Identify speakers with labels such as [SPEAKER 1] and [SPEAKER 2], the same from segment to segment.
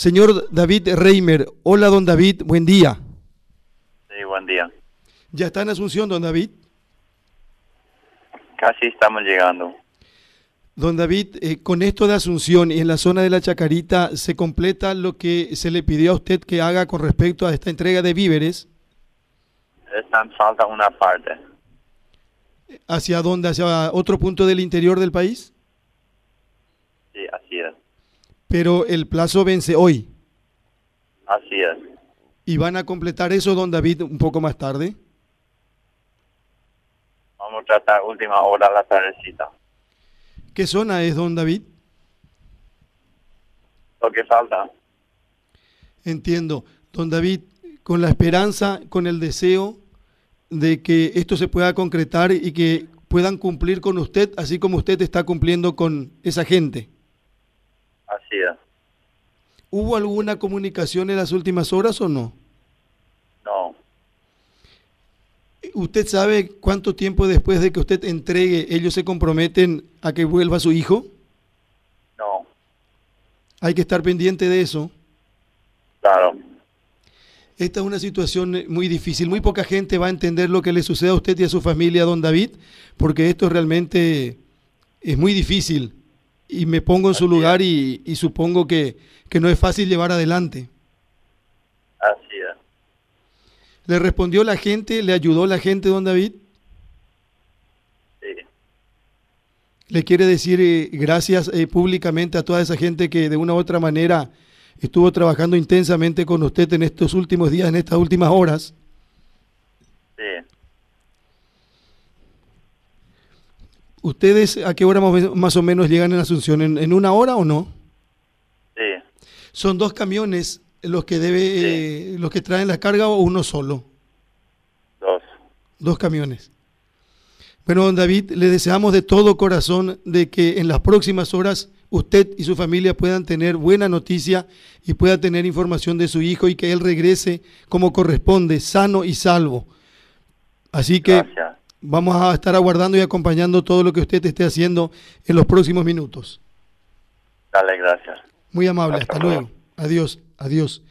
[SPEAKER 1] Señor David Reimer, hola don David, buen día.
[SPEAKER 2] Sí, buen día.
[SPEAKER 1] ¿Ya está en Asunción, don David?
[SPEAKER 2] Casi estamos llegando.
[SPEAKER 1] Don David, eh, con esto de Asunción y en la zona de la Chacarita, ¿se completa lo que se le pidió a usted que haga con respecto a esta entrega de víveres?
[SPEAKER 2] Están falta una parte.
[SPEAKER 1] ¿Hacia dónde? ¿Hacia otro punto del interior del país?
[SPEAKER 2] Sí, así es.
[SPEAKER 1] Pero el plazo vence hoy.
[SPEAKER 2] Así es.
[SPEAKER 1] ¿Y van a completar eso, don David, un poco más tarde?
[SPEAKER 2] Vamos a tratar última hora la tardecita.
[SPEAKER 1] ¿Qué zona es, don David?
[SPEAKER 2] Lo que falta.
[SPEAKER 1] Entiendo. Don David, con la esperanza, con el deseo de que esto se pueda concretar y que puedan cumplir con usted, así como usted está cumpliendo con esa gente.
[SPEAKER 2] Así es.
[SPEAKER 1] ¿Hubo alguna comunicación en las últimas horas o no?
[SPEAKER 2] No,
[SPEAKER 1] ¿Usted sabe cuánto tiempo después de que usted entregue ellos se comprometen a que vuelva su hijo?
[SPEAKER 2] no,
[SPEAKER 1] Hay que estar pendiente de eso.
[SPEAKER 2] claro.
[SPEAKER 1] Esta es una situación eh, muy difícil. Muy poca gente va a entender lo que le sucede a usted y a su familia, don David, porque esto realmente es muy difícil. Y me pongo en su lugar y, y supongo que, que no es fácil llevar adelante.
[SPEAKER 2] Así es.
[SPEAKER 1] ¿Le respondió la gente? ¿Le ayudó la gente, don David?
[SPEAKER 2] Sí,
[SPEAKER 1] le quiere decir eh, gracias eh, públicamente a toda esa gente que de una u otra manera estuvo trabajando intensamente con usted en estos últimos días, en estas últimas horas.
[SPEAKER 2] sí.
[SPEAKER 1] ¿Ustedes a qué hora más, más o menos llegan en Asunción? ¿En, en una hora o no?
[SPEAKER 2] Sí,
[SPEAKER 1] ¿Son dos camiones los que debe, eh, los que traen la carga o uno solo?
[SPEAKER 2] dos.
[SPEAKER 1] Dos camiones. Bueno, don David, le deseamos de todo corazón de que en las próximas horas usted y su familia puedan tener buena noticia y pueda tener información de su hijo y que él regrese como corresponde, sano y salvo. Así que
[SPEAKER 2] Gracias.
[SPEAKER 1] vamos a estar aguardando y acompañando todo lo que usted esté haciendo en los próximos minutos.
[SPEAKER 2] Dale, gracias.
[SPEAKER 1] Muy amable, hasta luego. Adiós, E adiós.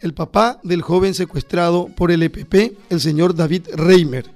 [SPEAKER 1] El papá del joven secuestrado por el EPP, el señor David Reimer.